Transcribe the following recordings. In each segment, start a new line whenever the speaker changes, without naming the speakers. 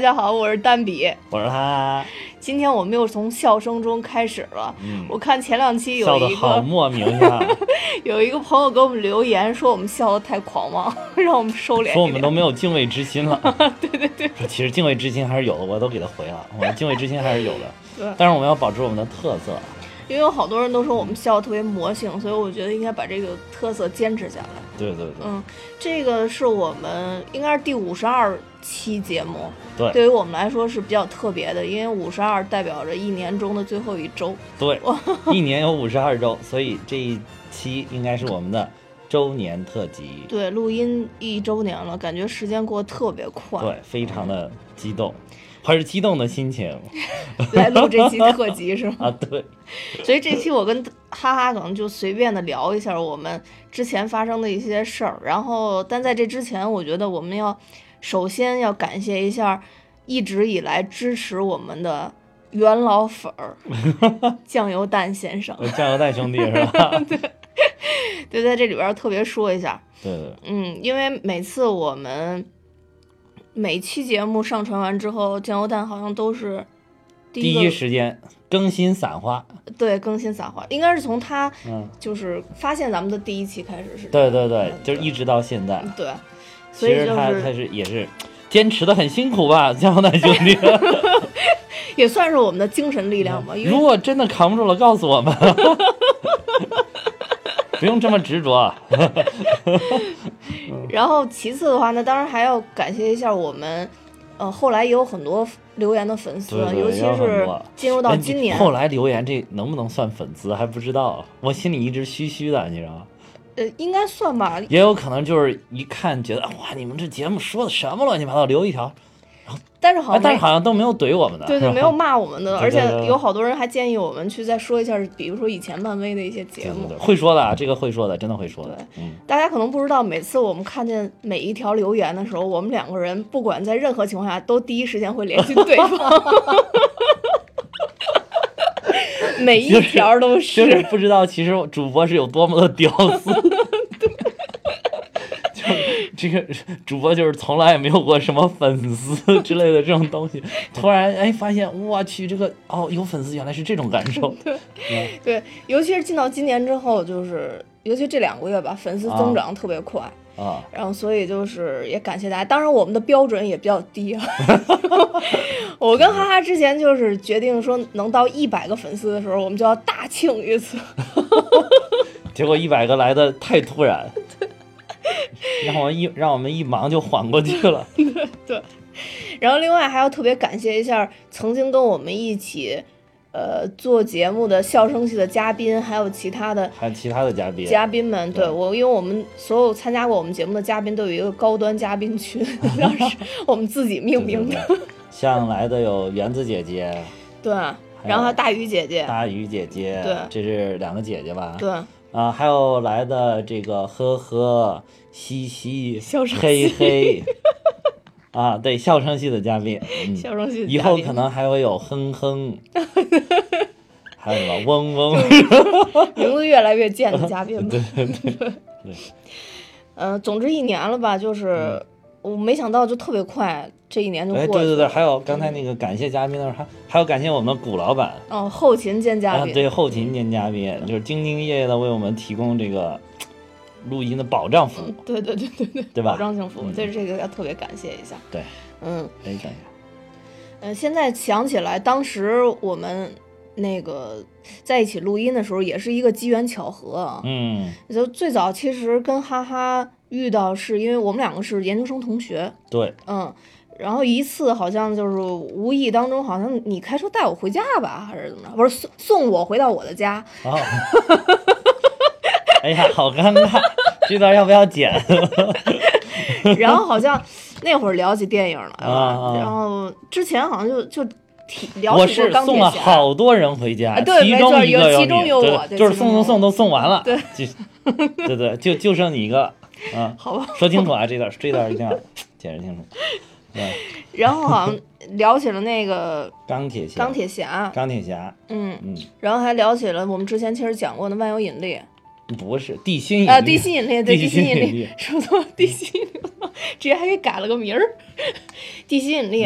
家好，我是丹比。
我说他，
今天我们又从笑声中开始了。
嗯，
我看前两期有
笑的
一
好
个
莫名 呀，
有一个朋友给我们留言说我们笑的太狂妄， 让我们收敛一点。
说我们都没有敬畏之 心了。对对对，其实敬畏之心还是有的，我都给他回了，我敬畏之心还是有
对
的，但是我们要保持我们的特色。
因为有好多人都说我们笑得特别魔性，所以我觉得应该把这个特色坚持下来。
对对对
嗯，这个是我们应该是第五十二期节目，
对
对于我们来说是比较特别的，因为五十二代表着一年中的最后一周。
对， 一年有五十二周，所以这一期应该是我们的周年特辑。
对，录音一周年了，感觉时间过得特别快。
对，非常的激动，怀着激动的心情
来录这期特辑是吗？
啊，对，
所以这期我跟哈哈可能就随便的聊一下我们之前发生的一些事儿，然后但在这之前，我觉得我们要首先要感谢一下一直以来支持我们的元老粉 儿酱油蛋先生。
酱油蛋兄弟是吧？
对，在这里边儿特别说一下，
对对，
嗯，因为每次我们每期节目上传完之后，酱油蛋好像都是第
第
一个
一时间更新散花，
对更新撒花，应该是从他
嗯，
就是发现咱们的第一期开始是这
对
样
对对
嗯，
就一直到现在，
对，所
其
以
实
就
他他
是
是也是坚持的很辛苦吧，酱油蛋兄弟。
也算是我们的精神力量吧，因
嗯如
为
果真的扛不住了，告诉我们， 不用这么执着。啊
然后其次的话呢，当然还要感谢一下我们，呃，后来也有很多留言的粉丝，啊
对对
尤其
也有很
是
多
进入到
哎你
今年，
后来留言这能不能算粉丝还不知道，我心里一直虚虚的，你知道吗？
呃，应该算吧，
也有可能就是一看觉得哇，你们这节目说的什么乱七八糟，留一条，
但是好
哎，
像没、
但是好像都没有怼我们的，
对
是
对，
吧
没有骂我们的，
对
而且
对对对
有好多人还建议我们去再说一下，比如说以前漫威的一些节
对
目。
对对，会说的啊，这个会说的，真的会说
对
的，嗯，
大家可能不知道，每次我们看见每一条留言的时候，我们两个人不管在任何情况下，都第一时间会联系对 方，每一条都是。
就是不知道其实主播是有多么的屌丝。 就是这个主播就是从来也没有过什么粉丝之类的这种东西，突然哎发现我去这个哦有粉丝原来是这种感受，
对，尤其是进到今年之后，就是尤其这两个月吧，粉丝增长特别快。
啊，
然后，所以就是也感谢大家。当然，我们的标准也比较低 啊。我跟哈哈之前就是决定说，能到一百个粉丝的时候，我们就要大庆一次。
结果一百个来的太突然，让我一让我们一忙就缓过去了。
然后另外还要特别感谢一下曾经跟我们一起，呃，做节目的笑声系的嘉宾，还有其他的
还有其他的嘉宾，
嘉宾们。对
对
我，因为我们所有参加过我们节目的嘉宾都有一个高端嘉宾群， 当时 我们自己命
对
名
对
的。
对像来的有园子姐姐、
对，啊然后还有大鱼姐姐，
大鱼姐姐，
对
这是两个姐姐吧？
对，
啊，还有来的这个呵呵、嘻嘻、
笑声
嘿嘿，啊，对，笑声系的嘉宾，嗯，
笑声系的嘉宾。
以后可能还会有哼哼，还有什么嗡嗡，
名字越来越贱的嘉宾吧。
对对对，
嗯，总之一年了吧，就是我没想到就特别快，这一年就
嗯哎，
过
对
去
对
了。
对，还有刚才那个感谢嘉宾的时候，还还有感谢我们的古老板，
哦，后勤见嘉
啊，
宾。
对，后勤兼嘉宾，就是兢兢业业的为我们提供这个录音的保障服务，
对对对对对，
对吧
嗯保障幸福，
嗯
对这个要特别感谢一下。
对，
嗯
哎，感谢。
呃，现在想起来，当时我们那个在一起录音的时候，也是一个机缘巧合啊。
嗯，
就最早其实跟哈哈遇到，是因为我们两个是研究生同学，
对，
嗯。然后一次好像就是无意当中，好像你开车带我回家吧，还是怎么着？不是送送我回到我的 家，
哦，哎呀，好尴尬， 这段要不要剪？
然后好像那会儿聊起电影来了，
啊啊
然后之前好像就就提聊
我
起过
是
钢铁
送了
侠，
好多人回家，
啊对
其
没
中
错
一
有
个
其中
你
有
对
我对
就是
其
送
中有
送送都送完了，
对
就，对对，就就剩你一个了，啊，
好吧。
说清楚啊，这段这段一定要解释清楚。对，
然后好像聊起了那个
钢铁侠，
钢铁侠，
钢铁侠，
嗯，
嗯，
然后还聊起了我们之前其实讲过的万有引力
不是地心引力
啊，地心引力，对，地
地
心
心
引
引力嗯
力，说错了，地心引力，直接还给改了个名儿，地心引力。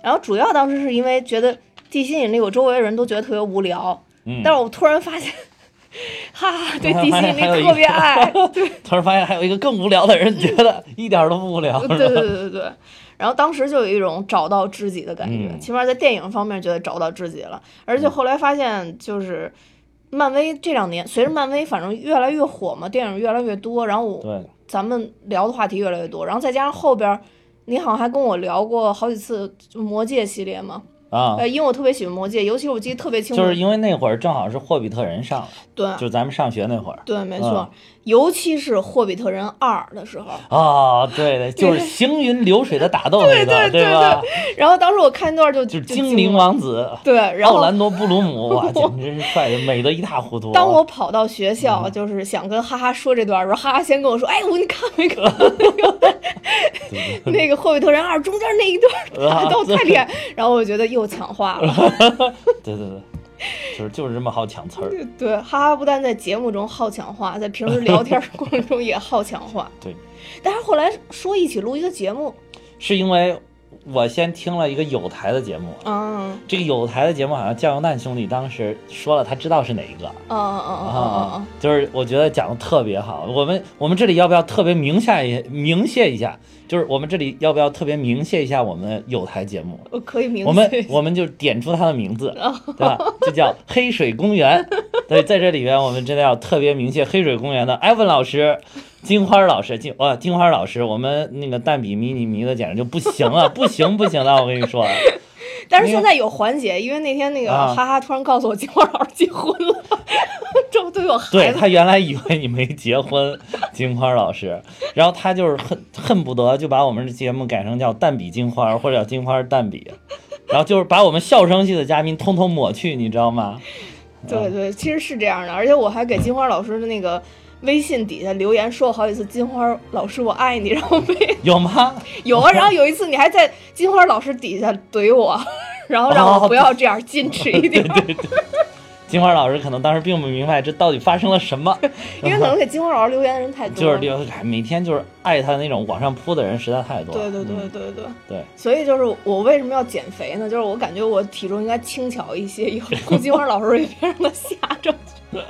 然后主要当时是因为觉得地心引力，我周围的人都觉得特别无聊，
嗯，
但是我突然发现，哈哈，对地心引
还有一
力
个
特别 爱，对
突然发现还有一个更无聊的人，觉得一点都不无聊。
对对对对对。然后当时就有一种找到知己的感觉，
嗯
起码在电影方面觉得找到知己了。而且后来发现，就是漫威这两年随着漫威反正越来越火嘛，电影越来越多，然后我
对，
咱们聊的话题越来越多，然后再加上后边儿。你好像还跟我聊过好几次就魔戒系列嘛？
啊，
呃，因为我特别喜欢魔戒，尤其是我记得特别清楚，
就是因为那会儿正好是《霍比特人》上了，
对
就嗯咱们上学那会儿
对，没错，尤其是《霍比特人二》的 时候，
啊，对 对，就是行云流水的打斗那个，
对
吧？
然后当时我看一段就
就是
就
精
惊
灵
了
王子
对，然
奥
后
兰多·布鲁 姆，哇，简直是帅的美得一塌糊涂。
当我跑到学校，
嗯
就是想跟哈哈说这段儿的时候，哈哈先跟我说：“哎，我你看没看 那个《霍比特人二》中间那一段儿
啊
打斗太厉害。”然后我觉得又抢话了。
对对对，就是就是这么好抢词儿。
对，哈哈不但在节目中好抢话，在平时聊天儿过程中也好抢话。
对，
但是后来说一起录一个节目，
是因为我先听了一个有台的节目，
嗯
这个有台的节目好像酱油蛋兄弟当时说了，他知道是哪一个。
嗯嗯嗯嗯
啊
嗯，
就是我觉得讲的特别好。我们我们这里要不要特别明下一明谢一下？就是我们这里要不要特别明谢一下我们有台节目？
我可以明
我们
确一下
我们就点出它的名字，对吧？就叫黑水公园。对，在这里边我们真的要特别明谢黑水公园的艾文老师、金花老师、金哇金花老师，我们那个蛋比迷你迷的简直就不行了，不行不行了，我跟你说，
但是现在有缓解，因为那天那个
啊
哈哈突然告诉我金花老师结婚了， 这不都有孩
对
子
他原来以为你没结婚，金花老师，然后他就是恨恨不得就把我们的节目改成叫蛋比金花或者叫金花蛋比，然后就是把我们笑声系的嘉宾通通抹去，你知道吗？嗯
对对，其实是这样的，而且我还给金花老师的那个微信底下留言说了好几次“金花老师我爱你”，然后 被
有吗？
有啊，然后有一次你还在金花老师底下怼我， 然后让我不要这样，矜持一
哦
点，
金花老师可能当时并不明白这到底发生了 什么，
因为能给金花老师留言的人太
就
多
是
了。
刘海每天就是爱他那种往上扑的人实在太多
对
了。
对对
嗯
对对，
对
所以就是我为什么要减肥呢？就是我感觉我体重应该轻巧一些，以后金花老师也别让它下 着。
嗯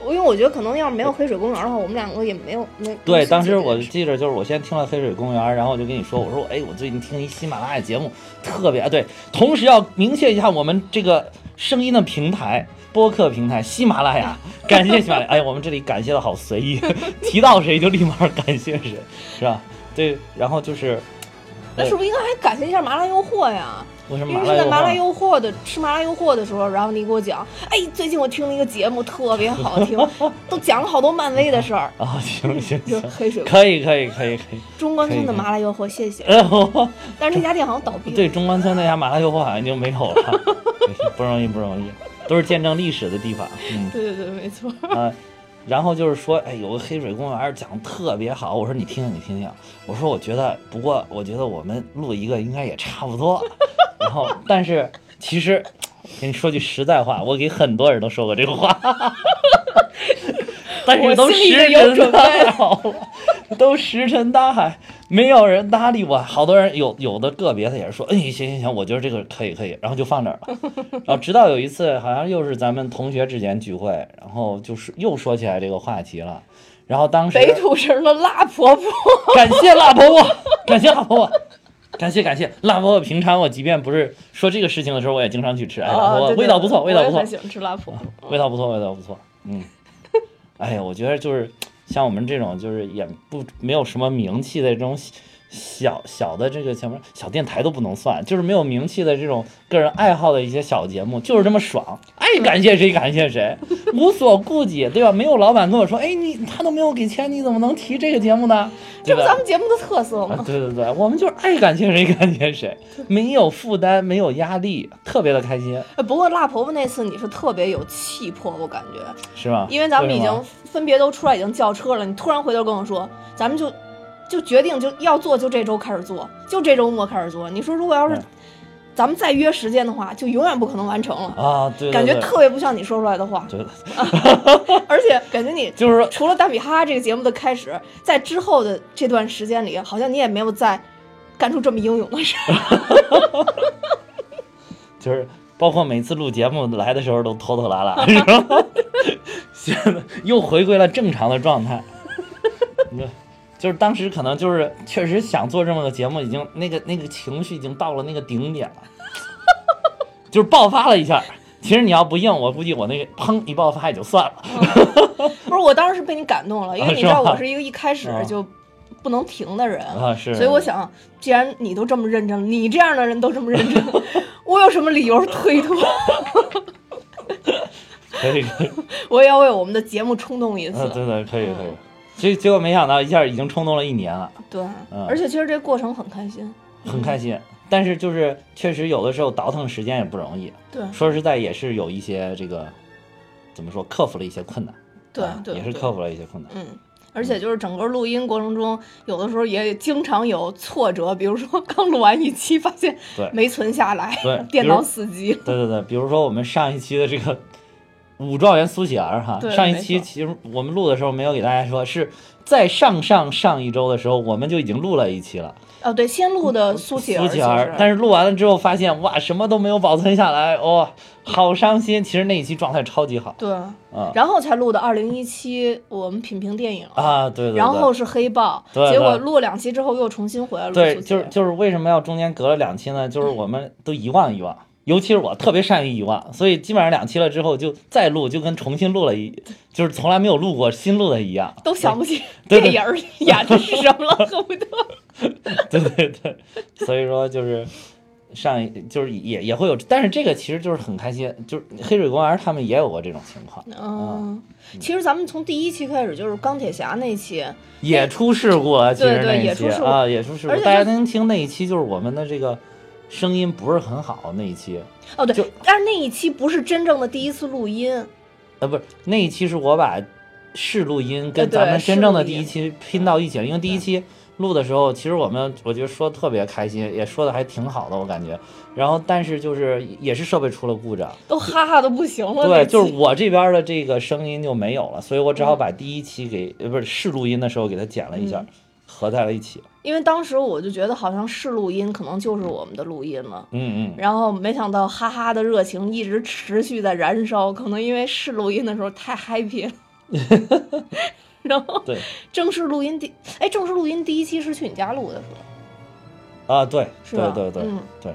因为我觉得可能要是没有黑水公园的话，我们两个也没有没。没
对，
时
当时
间
我记着，就是我先听了黑水公园，然后我就跟你说，我说哎，我最近听一喜马拉雅节目，特别啊对，同时要明确一下我们这个声音的平台。播客平台喜马拉雅， 感谢喜马拉雅。哎，我们这里感谢的好随意，提到谁就立马感谢谁，是吧？对，然后就是
那是不是应该还感谢一下麻辣诱惑呀？
为什么
因为
嗯麻
是
辣
在
油
麻辣
饭
诱惑的吃麻辣诱惑的时候，然后你给我讲，哎，最近我听了一个节目，特别好 听，都讲了好多漫威的事儿，
啊？行行
就
行
是，黑水
可以可以可以可以。
中关村的
可以
麻辣诱惑，谢谢。
然后
但是这家店好像倒闭了。
对中关村那家麻辣诱惑好像已经没有了， 不容易不容易，都是见证历史的地方。嗯
对对对，没错。
啊，然后就是说，哎，有个黑水公园讲的特别好，我说你听听你听听，我说我觉得，不过我觉得我们录一个应该也差不多。然后，但是其实跟你说句实在话，我给很多人都说过这个话， 但是都
我心里
石
已经有
沉
准备
大海，都石沉大海，没有人搭理我。好多人有有的个别的也是说，哎，行行行，我觉得这个可以可以，然后就放这儿了。然后哦直到有一次，好像又是咱们同学之间聚会，然后就是又说起来这个话题了。然后当时
北土城的辣婆婆，
感谢辣婆婆，感谢辣婆婆，感谢感谢辣婆婆。平常我即便不是说这个事情的时候，我也经常去吃。哎，辣婆
啊
婆
对对
味道不错，
对
味道不
我也
错
很，喜欢吃辣婆婆。
味道不错，味道不错。嗯，哎呀，我觉得就是像我们这种就是也不没有什么名气的这种小小小的这个什么小电台都不能算，就是没有名气的这种个人爱好的一些小节目，就是这么爽，爱感谢谁感谢谁，无所顾忌，对吧？没有老板跟我说，哎，你他都没有给钱，你怎么能提这个节目呢？
这
对
不
吧？
咱们节目的特色
啊
吗，？
对对对，我们就是爱感谢谁感谢谁，没有负担，没有压力，特别的开心，
哎不过辣婆婆那次你是特别有气魄，我感觉，
是吧？
因为咱们已
是
经
吗
分别都出来，已经叫车了。你突然回头跟我说，咱们就就决定就要做，就这周开始做，就这周末开始做。你说如果要是
嗯
咱们再约时间的话，就永远不可能完成了。
啊，对对对，
感觉特别不像你说出来的话，
对，
而且感觉你
就是说
除了大米哈哈这个节目的开始，在之后的这段时间里，好像你也没有在干出这么英勇的事儿。
就是包括每次录节目来的时候都拖拖拉拉，是吧？ 现在又回归了正常的状态。 你看，就是当时可能就是确实想做这么个节目，已经那个那个情绪已经到了那个顶点了，就是爆发了 一下。其实你要不硬，我估计我那个砰一爆发也就算了。
不是，我当时是被你感动了，因为你知
哦是
道
吧
我是一个一开始
啊
就不能停的人
啊是
所以我想，既然你都这么认真，你这样的人都这么认 真，我有什么理由推脱？
可以，可以，
我也要为我们的节目冲动一次。
嗯，对对，可以，可以。结结果没想到一下已经冲动了一年了，
对，
嗯
而且其实这过程很开心。
很开心。但是就是确实有的时候倒腾时间也不容易，
嗯对
说实在也是有一些这个怎么说，克服了一些困难，
对
啊
对，
也是
对
克服了一些困难。
嗯。而且就是整个录音过程中，有的时候也经常有挫折，比如说刚录完一期，发现
对
没存下来
对，
电
比如
脑死机了。
对对对，比如说我们上一期的这个武状元苏乞儿哈，
对
上一期
没错
其实我们录的时候没有给大家说，是在上上上一周的时候我们就已经录了一期了
哦，对，先录的苏乞
嗯苏
儿，
乞
其
儿
实，
但是录完了之后发现哇什么都没有保存下来，哦，好伤心。其实那一期状态超级好
对，
啊
然后才录的二零一七，我们品评电影，
啊，对对对，
然后是黑豹，
对对
结果录了两期之后又重新回来录
对，
苏乞
就
儿
是就是为什么要中间隔了两期呢？就是我们都遗忘遗忘，尤其是我特别善于遗忘，所以基本上两期了之后就再录，就跟重新录了一，就是从来没有录过新录的一样。
都想不起
对
电
对
影儿演的是什么了，恨不得。
对对对，所以说就是上一就是也也会有，但是这个其实就是很开心，就是黑水公园他们也有过这种情况，
嗯，其实咱们从第一期开始就是钢铁侠那期，
也出事故了。其实
对对
那一
也
期
出事故
啊，也出事故
而，且
大家
就
能听那一期就是我们的这个声音不是很好那一期。
哦
就
对，但是那一期不是真正的第一次录音，
呃，不是那一期是我把试录音
呃
跟
对
咱们真正的
试录
第
音
一期拼到一起了，因为第一期录的时候，其实我们我觉得说得特别开心，也说的还挺好的，我感觉。然后，但是就是也是设备出了故障，
都哈哈的不行了。那
对，
期
就是我这边的这个声音就没有了，所以我只
嗯
好把第一期给呃不是试录音的时候给它剪了一下，合在了一起。
因为当时我就觉得好像是录音，可能就是我们的录音了。
嗯嗯，
然后没想到哈哈的热情一直持续在燃烧，可能因为试录音的时候太 happy 了。 然后
对
正式录音第哎，正式录音第一期是去你家录的是吧？
啊对
是
对
吧？
对对
嗯。
对，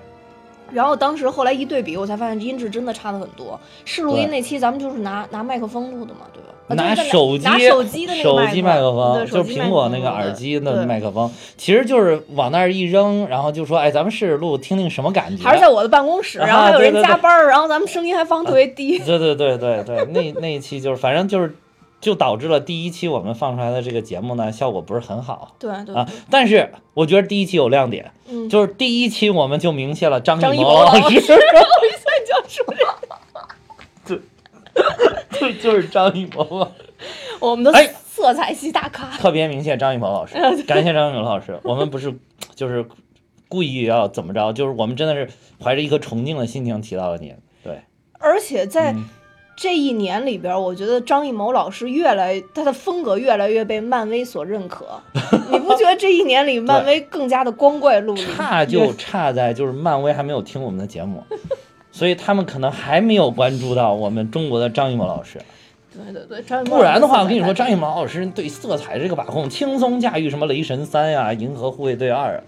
然后当时后来一对比，我才发现音质真的差的很多。试录音
对
那期咱们就是拿拿麦克风录的嘛，对吧？啊
拿
就是在
手机
拿手机的那
手
个
机
麦
麦克风，
对
就
手
是
机
苹果那
麦
个
克风
耳机的
对
麦克风，其实就是往那儿一扔，然后就说，哎，咱们试着录，听听什么感觉。
还是在我的办公室，
啊
然后还有
对
人
对啊对
加班儿，然后咱们声音还放特别低。
对对对对对，那那一期就是，反正就是，就导致了第一期我们放出来的这个节目呢，效果不是很好
对对
啊。但是我觉得第一期有亮点，
嗯，
就是第一期我们就明确了张
张艺
谋
谋
老
老
师，
我 一下就说这个，
就就是张艺谋老师。
我们的
哎
色彩系大 咖。
特别明谢张艺谋老师，
啊
感谢张艺谋老师。我们不是就是故意要怎么着，就是我们真的是怀着一颗崇敬的心情提到了您。 对，
而且在
嗯
这一年里边儿，我觉得张艺谋老师越来他的风格越来越被漫威所认 可。你不觉得这一年里漫威更加的光怪陆离？
差就差在就是漫威还没有听我们的 节目，所以他们可能还没有关注到我们中国的张艺谋老师。
对对对，张艺谋。
不然的话，我跟你说，张艺谋老师对色彩这个把控轻松驾驭，什么《雷神三》呀，《银河护卫队二》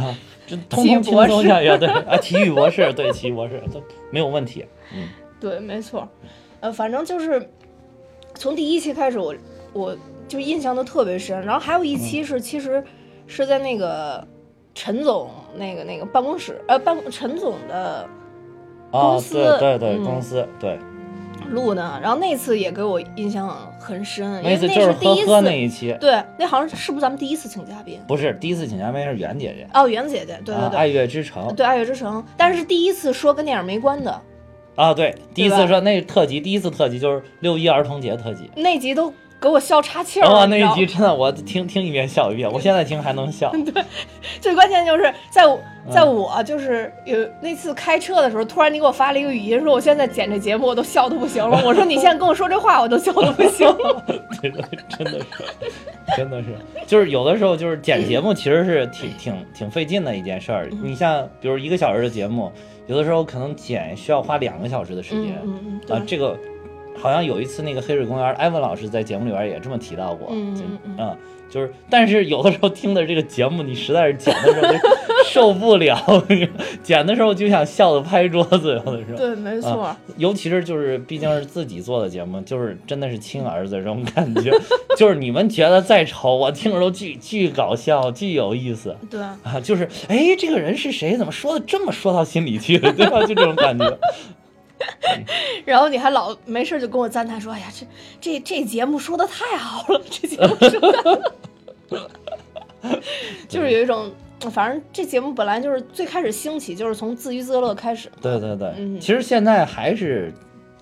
啊，啊，这通通
奇
轻
异博士
松驾驭。对啊，奇异博士，对奇异博士都没有问题。
对，没错，呃，反正就是从第一期开始我，我就印象都特别深。然后还有一期
嗯
是，其实是在那个陈总那个那个办公室，呃，办公陈总的
啊
公，司
对对对，
嗯
公司对。
录的。然后那次也给我印象很深，因
那
为
次
那
就是
第
呵
一次，
呵那一期，
对，那好像是不是咱们第一次请嘉宾？
不是第一次请嘉宾是袁姐姐，
哦，袁姐姐，对
啊
对，对，
爱乐之城
对《爱乐之城》，但是第一次说跟电影没关的
啊，对，第一次
吧
说那特辑，第一次特辑就是六一儿童节特辑，
那集都给我笑岔气儿
哇、
了。
哦那
啊你知
一
道
集
吗
真的，我听听一遍笑一遍，我现在听还 能笑。
最关键就是在我
嗯
在我就是有那次开车的时候，突然你给我发了一个语音，说我现在剪这节目我都笑的不行了。我说你现在跟我说这话我都笑的不行 了。
对对，真的是，真的是，就是有的时候就是剪节目其实是挺挺挺费劲的一件事儿。
嗯
你像比如一个小时的节目，有的时候可能剪需要花两个小时的时
嗯
间。
嗯嗯，对
啊，这个好像有一次那个黑水公园，艾文老师在节目里边也这么提到过。
嗯
就
嗯嗯
嗯，就是，但是有的时候听的这个节目，你实在是剪的时候就受不了， 剪的时候就想笑的拍桌子，有的时候。
对，没错。
尤其是就是，毕竟是自己做的节目，就是真的是亲儿子这种感觉， 就是你们觉得再丑，我听着都巨巨搞笑，巨有意思
对，
啊！就是哎，这个人是谁？怎么说的这么说到心里去， 对吧？就这种感觉。
然后你还老没事就跟我赞叹说：“哎呀，这这这节目说的太好了，这节目说的， 就是有一种，反正这节目本来就是最开始兴起，就是从自娱自乐开始，
对对对，
嗯
其实现在还是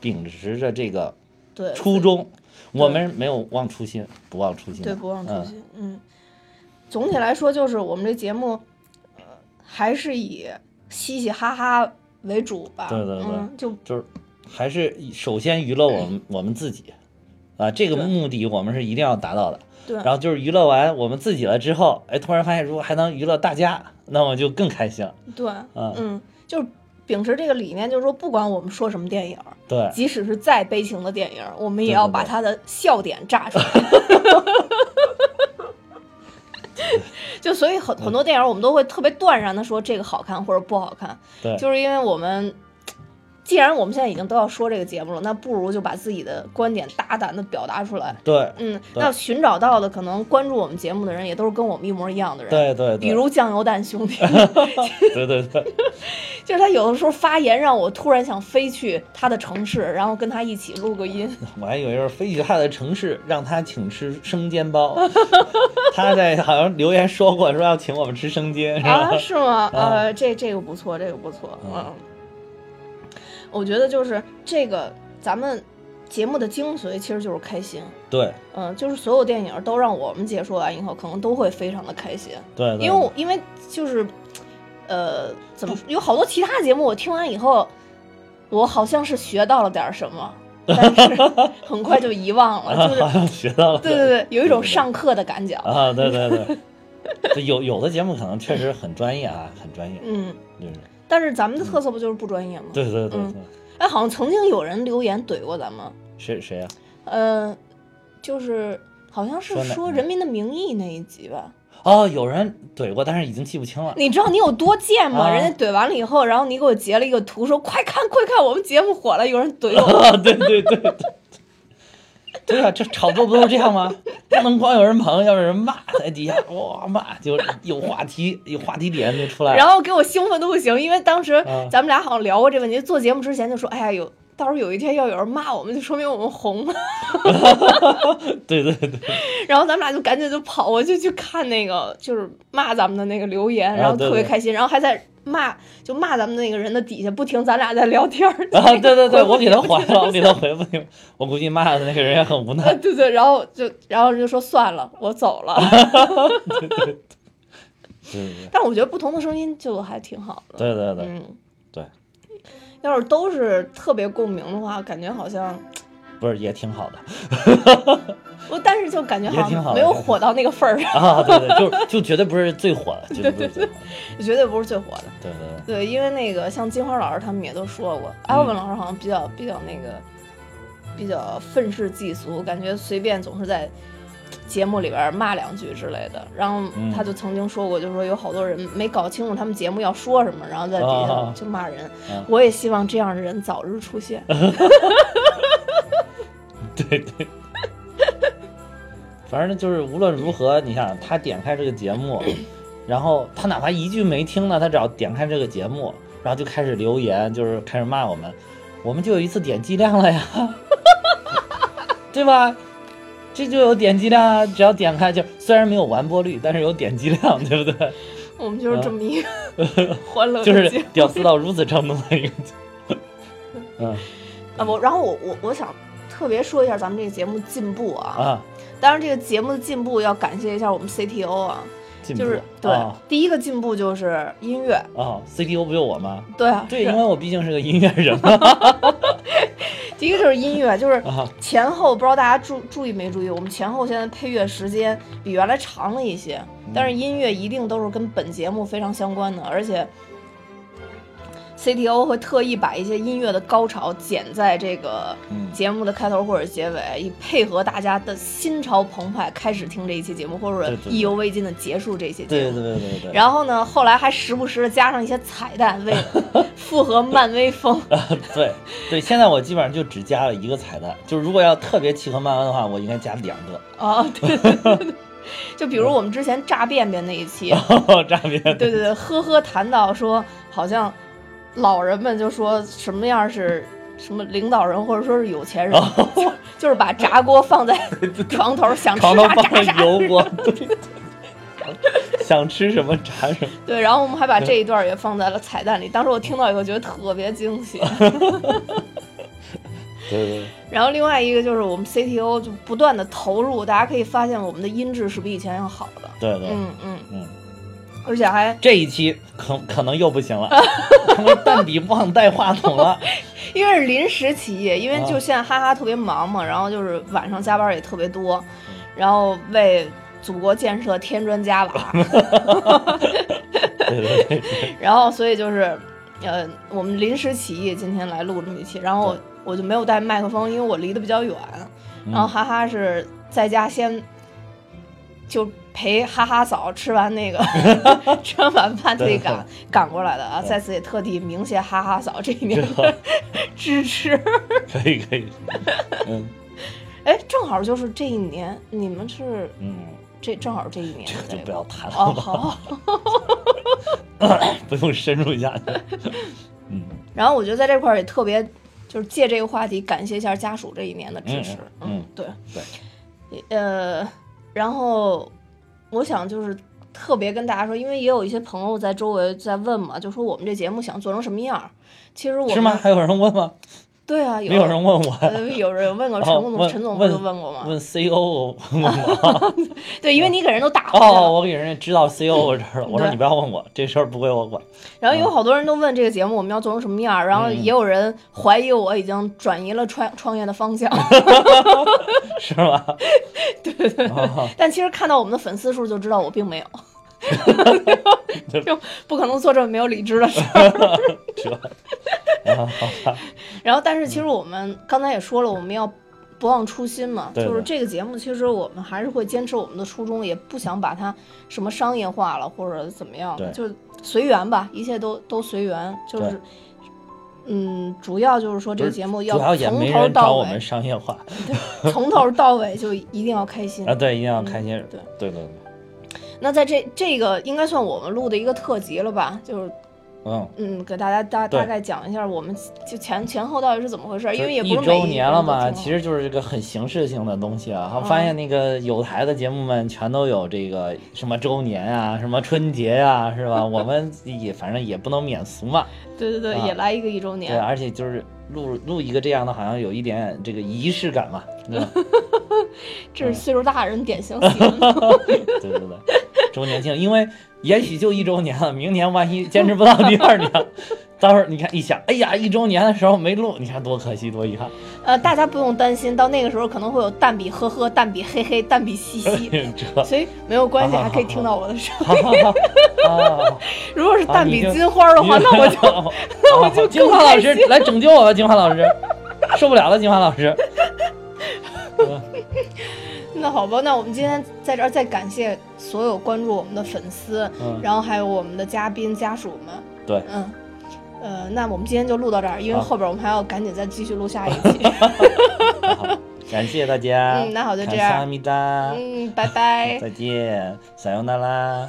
秉持着这个
对，
初衷，我们没有忘初心，不忘初心，
对，不忘初
嗯。
心。嗯，总体来说就是我们这节目，呃还是以嘻嘻哈哈为主吧。
对对对
嗯，就
就是还是以首先娱乐我 们我们自己，啊，这个
对
目的我们是一定要达到的。
对
然后就是娱乐完我们自己了之后，哎，突然发现如果还能娱乐大家，那我就更开心了。
对，
嗯
嗯，就是秉持这个理念，就是说，不管我们说什么电影儿，
对，
即使是再悲情的电影儿，我们也
对
要
对
把
对
它的笑点炸出来。 就所以很很多电影儿我们都会特别断然的说这个好看或者不好看，
对，
就是因为我们，既然我们现在已经都要说这个节目了，那不如就把自己的观点大胆的表达出来。
对，
嗯，
对
那寻找到的可能关注我们节目的人也都是跟我们一模一样的人，
对对对，
比如酱油蛋 兄弟，
对对对，
就是他有的时候发言让我突然想飞去他的城市，然后跟他一起录个音。
我还以为是飞去他的城市，让他请吃生 煎包。他在好像留言说过，说要请我们吃生煎， 是吧
啊，？是吗？
啊
呃，这这个不错，这个不错，
嗯
嗯，我觉得就是这个咱们节目的精髓其实就是开心，
对
嗯，就是所有电影都让我们解说完以后，可能都会非常的开心，
对对，
因为我因为就是，呃，怎么说有好多其他节目我听完以后，我好像是学到了点儿什么，但是 很快就遗忘了，就是
好像 学到了。
对对对，有一种
对对
上课的感觉，
啊，对对对， 对有有的节目可能确实很专业啊，很专业，
嗯，
就是
但是咱们的特色不就是不专业吗？
对对对对，
哎，好像曾经有人留言怼过咱们，
谁谁啊呀、
呃，就是好像是
说哪
说《人民的名义》那一集吧。
哦，有人怼过，但是已经记不清了。
你知道你有多贱吗？
啊
人家怼完了以后，然后你给我截了一个图，说快看快看，我们节目火了，有人怼 我。
啊，对对对对，对啊，这炒作不都这样吗？不能光有人捧，要有人骂，在底下哇骂，就有话题，有话题点就出来了。
然后给我兴奋的不行，因为当时
啊
咱们俩好像聊过这问题，做节目之前就说，哎呀，有到时候有一天要有人骂我们，就说明我们红了。
对对对，
然后咱们俩就赶紧就跑过去去看那个就是骂咱们的那个留言，
啊
然后
对
特别
对
开心，然后还在骂就骂咱们那个人的底下不停，咱俩在聊天儿。
啊，对对对，我给他回了，我给他回复你，我估计骂的那个人也很无
啊，
奈。
对对，然后就然后人就说算了，我走 了。
对对
但我觉得不同的声音就还挺好的。
对对对对
嗯，
对，
要是都是特别共鸣的话，感觉好像
不是也挺好的。
我，但是就感觉
也
好
挺好
像没
的
有火到那个份儿 上，
啊，对对，就是就绝对不是最 火的，绝对不是最火的，
绝对不是最火的。
对对对，
对，因为那个像金花老师他们也都说过，
嗯
艾文老师好像比较比较那个比较愤世嫉俗，感觉随便总是在节目里边骂两句之类的。然后
嗯
他就曾经说过，就是说有好多人没搞清楚他们节目要说什么，然后在底下
啊
就骂人。
啊
我也希望这样的人早日出 现。
对对。反正就是无论如何，你想他点开这个节 目，然后他哪怕一句没听呢，他只要点开这个节目，然后就开始留言，就是开始骂我们，我们就有一次点击量了 呀，对吧？这就有点击量啊！只要点开就，虽然没有完播率，但是有点击量，对不 对？
我们就是这么一个 欢乐的
嗯 就是
节目
屌丝到如此程度的一个节 目，嗯
啊！我然后我我我想特别说一下咱们这个节目进步啊
啊
当然，这个节目的进步要感谢一下我们 CTO 啊，
进步
就是对、
啊
第一个进步就是音乐，
啊，CTO 不就 我吗？
对啊，
对，
是
因为我毕竟是个音乐人嘛
第一个就是音乐，就是
啊，
前后不知道大家注注意没注意，我们前后现在配乐时间比原来长了一些，
嗯
但是音乐一定都是跟本节目非常相关的，而且 CTO 会特意把一些音乐的高潮剪在这个
嗯
节目的开头或者结尾，以配合大家的心潮澎湃开始听这一期节目，或者
对对对
意犹未尽的结束这些节目。
对对对对对，
然后呢，后来还时不时的加上一些彩蛋， 为了符合漫威风。
对对，现在我基本上就只加了一个彩蛋，就是如果要特别契合漫威的话，我应该加两个。
哦，对对对对，就比如我们之前炸便便那一 期，
诈骗
对对对，呵呵谈到说，好像老人们就说什么样是什么领导人或者说是有钱人，
哦
就就是把炸锅放在床头，想吃
床头
啥
放
炸
了
啥。
油锅，对，想吃什么炸 什么。
对，然后我们还把这一段也放在了彩蛋里。当时我听到以后觉得特别惊 喜。
对对
然后另外一个就是我们 CTO 就不断的投入，大家可以发现我们的音质是比以前要好的。
对对，
嗯嗯，
嗯，
而且还
这一期可可能又 不行了，因为蛋比忘带话筒了。
因为是临时起意，因为
啊
就现在哈哈特别忙嘛，然后就是晚上加班也特别多
嗯，
然后为祖国建设添砖加瓦，
对对对，
然后所以就是，呃，我们临时起意今天来录这么一期，然后我
对
我就没有带麦克风，因为我离得比较远，
嗯
然后哈哈是在家先就陪哈哈嫂吃完 那个吃完晚饭特地赶赶过来的啊，
对
在此也特地鸣谢哈哈嫂这一年
这个
支持。
可以可以，嗯
哎，正好就是这一年，你们是
嗯，
这正好这一年
这个
对
就不
吧？
要谈
哦，
了吧，
好。
不用深入 下去。嗯，
然后我觉得在这块儿也特别，就是借这个话题感谢一下家属这一年的支持。
嗯嗯
对
对，
呃，然后我想就是特别跟大家说，因为也有一些朋友在周围在问嘛，就说我们这节目想做成什么样儿。其实我们
是吗？还有人问吗？
对啊，有
没有人问我。
呃，有人问过陈
哦
总，
问
陈总不
问
就问过吗？
问 CO 问我
对，因为你给人都打回去了。
哦，我给人家知道 CO 这事儿了，我说
对
你不要问我，这事儿不归 我管。
然后有好多人都问这个节目我们要做成什么样儿，然后
嗯
也有人怀疑我已经转移了创创业的方向，
是吗？哦对对
但其实看到我们的粉丝数就知道我并 没有，就不可能做这么没有理智的事儿。
对，啊好吧，
然后，但是其实我们刚才也说了，我们要不忘初心嘛，
对
就是
对
这个节目其实我们还是会坚持我们的初衷，也不想把它什么商业化了或者怎么样的，
对
就是随缘吧，一切都都随缘，就是
对。
嗯，主要就是说这个节目
主要也
从
没
头
人找
到
我
尾
们，商业化
从头到尾就一定要开心
啊，。对，一定要开心
嗯。对
对对对，
那在这这个应该算我们录的一个特辑了吧？就是
嗯，
嗯，给大家大
对
大概讲一下我们就前前后到底是怎么回事，因为也
就
不
一
是每
周年了嘛，
人都听
其实就是这个很形式性的东西啊。我发现那个有台的节目们全都有这个什么周年啊，什么春节啊，是吧？我们也反正也不能免俗嘛。
对对对，
啊
也来一个一周
对，
年。
而且就是录录一个这样的，好像有一点这个仪式感嘛，对 吧？
这
嗯
是岁数大人典 型喜欢的
对对对，周年庆，因为也许就一周年了，明年万一坚持不到第二年， 到时候你看一想，哎呀，一周年的时候没录，你看多可惜，多遗憾。
呃，大家不用担心，到那个时候可能会有蛋比呵呵、蛋比嘿嘿、蛋比嘻嘻，
这。
所以没有关系，
好好
还可以
好
听到我的声音。
哈哈哈啊！
如果是
好
蛋
你
比
就
金花的话， 那 我就
就我就哦金花老师来拯救我吧，金花老师，受不了了，金花老师。
那好吧，那我们今天在这儿再感谢所有关注我们的粉丝，
嗯
然后还有我们的嘉宾家属们。
对，
嗯，呃，那我们今天就录到这儿，因为
好
后边我们还要赶紧再继续录下一期。
好，感谢大家。
嗯那好就这样
阿弥达，
嗯，拜拜。
再见，撒由那拉。